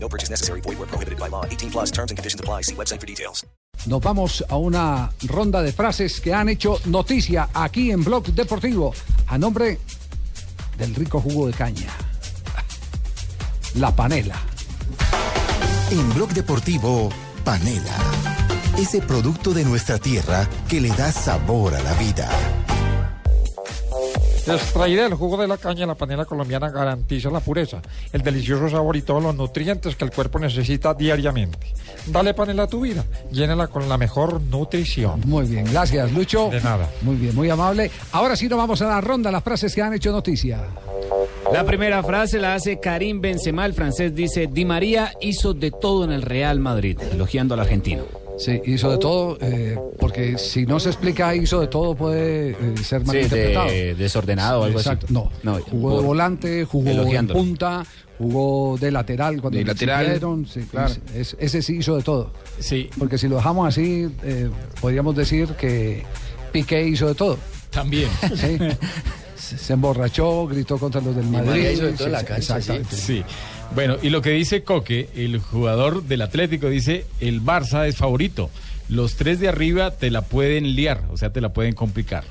No purchase necessary. Void where prohibited by law. 18 plus terms and conditions apply. See website for details. Nos vamos a una ronda de frases que han hecho noticia aquí en Blog Deportivo a nombre del rico jugo de caña. La panela. En Blog Deportivo, Panela. Ese producto de nuestra tierra que le da sabor a la vida. Extraída del jugo de la caña, la panela colombiana garantiza la pureza, el delicioso sabor y todos los nutrientes que el cuerpo necesita diariamente. Dale panela a tu vida, llénala con la mejor nutrición. Muy bien, gracias Lucho. De nada. Muy bien, muy amable. Ahora sí nos vamos a la ronda, las frases que han hecho noticia. La primera frase la hace Karim Benzema, el francés dice, Di María hizo de todo en el Real Madrid, elogiando al argentino. Sí, hizo de todo, eh, porque si no se explica hizo de todo puede eh, ser malinterpretado. desordenado o algo Exacto, así. no. No, jugó de por- volante, jugó de elogiándolo. punta, jugó de lateral cuando De le lateral, exigieron, sí, claro. es- ese sí hizo de todo. Sí, Porque si lo dejamos así, eh, podríamos decir que Piqué hizo de todo. también. ¿sí? se se emborrachó, gritó contra los del Madrid. María hizo de todo en la sí, cancha, exactamente. Sí. Bueno, y lo que dice Coque, el jugador del Atlético, dice, el Barça es favorito. Los tres de arriba te la pueden liar, o sea, te la pueden complicar.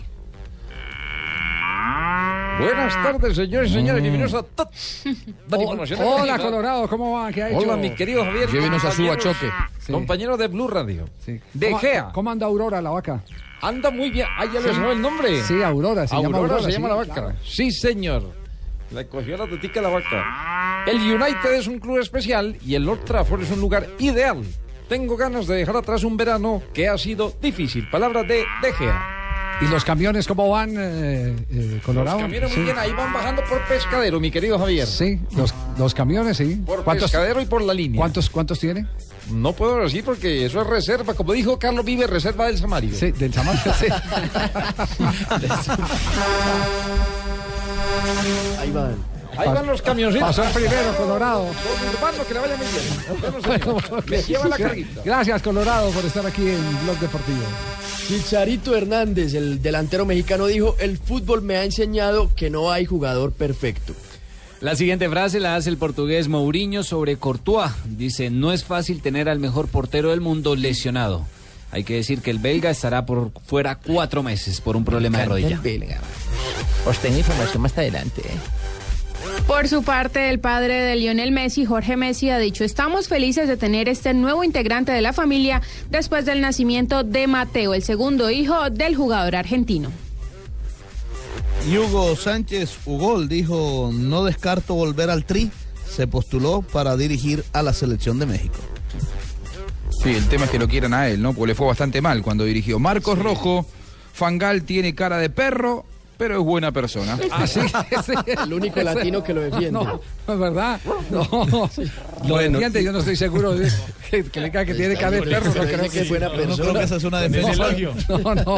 Buenas tardes, señores y señores, bienvenidos a Tot. Dani, Oh, información hola deportiva. Colorado, ¿cómo va? ¿Qué ha hecho? Hola, mi querido Javier. Llévenos a su Compañeros- achoque. Sí. Compañero de Blue Radio. Sí. De ¿Cómo- Gea. ¿Cómo anda Aurora la vaca? Anda muy bien. Ah, ya le sonó el nombre. Sí, Aurora, se llama Aurora. se llama sí, la vaca. claro. Sí, señor. La cogió la tetica la vaca. El United es un club especial y el Old Trafford es un lugar ideal. Tengo ganas de dejar atrás un verano que ha sido difícil. Palabras de De Gea. ¿Y los camiones cómo van, eh, eh, Colorado? Los camiones Sí. muy bien, ahí van bajando por Pescadero, mi querido Javier. Sí, los, los camiones, sí. Por ¿Cuántos, Pescadero y por la línea. cuántos, cuántos tiene? No puedo decir porque eso es reserva. Como dijo Carlos Vive, reserva del Samario. Sí, del Samar. Sí. Ahí van los camioncitos. Pasó el primero, Colorado. Don Urbano, que le vaya muy bien. Bueno, señor, Me lleva la carguita. Gracias, Colorado, por estar aquí en Blog Deportivo. Chicharito Hernández, el delantero mexicano, dijo, el fútbol me ha enseñado que no hay jugador perfecto. La siguiente frase la hace el portugués Mourinho sobre Courtois. Dice, no es fácil tener al mejor portero del mundo lesionado. Hay que decir que el belga estará por fuera cuatro meses por un problema de rodilla. Os tengo información más adelante. Por su parte, el padre de Lionel Messi, Jorge Messi, ha dicho, estamos felices de tener este nuevo integrante de la familia después del nacimiento de Mateo, el segundo hijo del jugador argentino. Y Hugo Sánchez Ugol dijo, no descarto volver al Tri. Se postuló para dirigir a la selección de México. Sí, el tema es que lo quieran a él, ¿no? Porque le fue bastante mal cuando dirigió. Marcos Rojo, Fangal tiene cara de perro, pero es buena persona. Así que Ah, sí. Ah. El único latino que lo defiende. No, no es verdad. No. Lo defiende, yo no estoy seguro de que, que le diga que tiene cara de perro. No creo que buena Yo no creo que esa es una El defensa. elogio. No, no.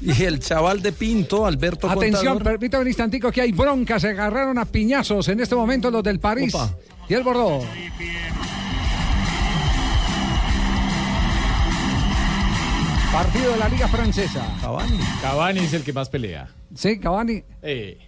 Y el chaval de Pinto, Alberto Atención, permítame un instantico que hay broncas. Se agarraron a piñazos en este momento los del París Opa. y el Bordeaux. Partido de la Liga Francesa. Cavani es el que más pelea. Sí, Cavani. Eh,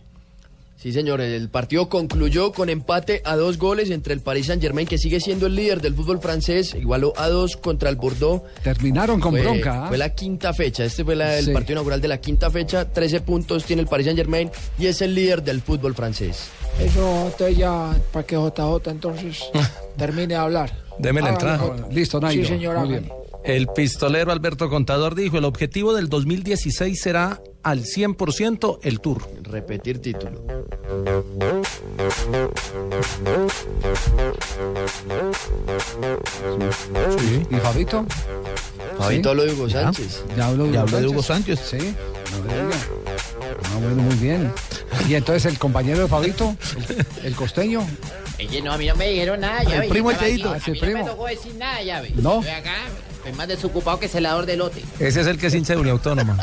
Sí, señores, el partido concluyó con empate a dos goles entre el Paris Saint-Germain, que sigue siendo el líder del fútbol francés, igualó a dos contra el Bordeaux. Terminaron con fue, bronca. ¿ah? fue la quinta fecha, este fue la- el Sí. partido inaugural de la quinta fecha, 13 puntos tiene el Paris Saint-Germain y es el líder del fútbol francés. Eso usted ya, para que JJ entonces termine de hablar. Deme la entrada. Ah, Listo, Nairo. Muy bien. El pistolero Alberto Contador dijo, el objetivo del 2016 será al 100% el tour. Repetir título. ¿Y Fabito? Fabito habló de Hugo Sánchez. Ya habló Ya habló de Hugo Sánchez. Sí. No me diga. Ah, bueno, muy bien. Y entonces el compañero de Fabito, el, el costeño, El primo Echeito. Ah, sí, primo. No. Es más desocupado que celador de lote. Ese es el que es hincha de Unión Autónoma.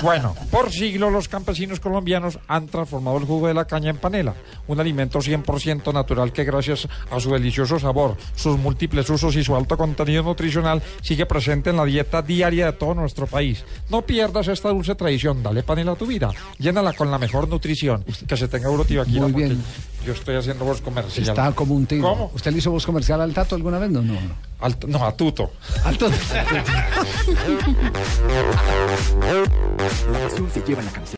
Bueno, por siglos los campesinos colombianos han transformado el jugo de la caña en panela, un alimento 100% natural que gracias a su delicioso sabor, sus múltiples usos y su alto contenido nutricional sigue presente en la dieta diaria de todo nuestro país. No pierdas esta dulce tradición, dale panela a tu vida, llénala con la mejor nutrición, que se tenga Urotibaquira. Muy porque bien. Yo estoy haciendo voz comercial. Está como un tiro. ¿Cómo? ¿Usted le hizo voz comercial al Tato alguna vez? No, no. no. Al- no, a Tuto. Alto- La azul se lleva la camiseta.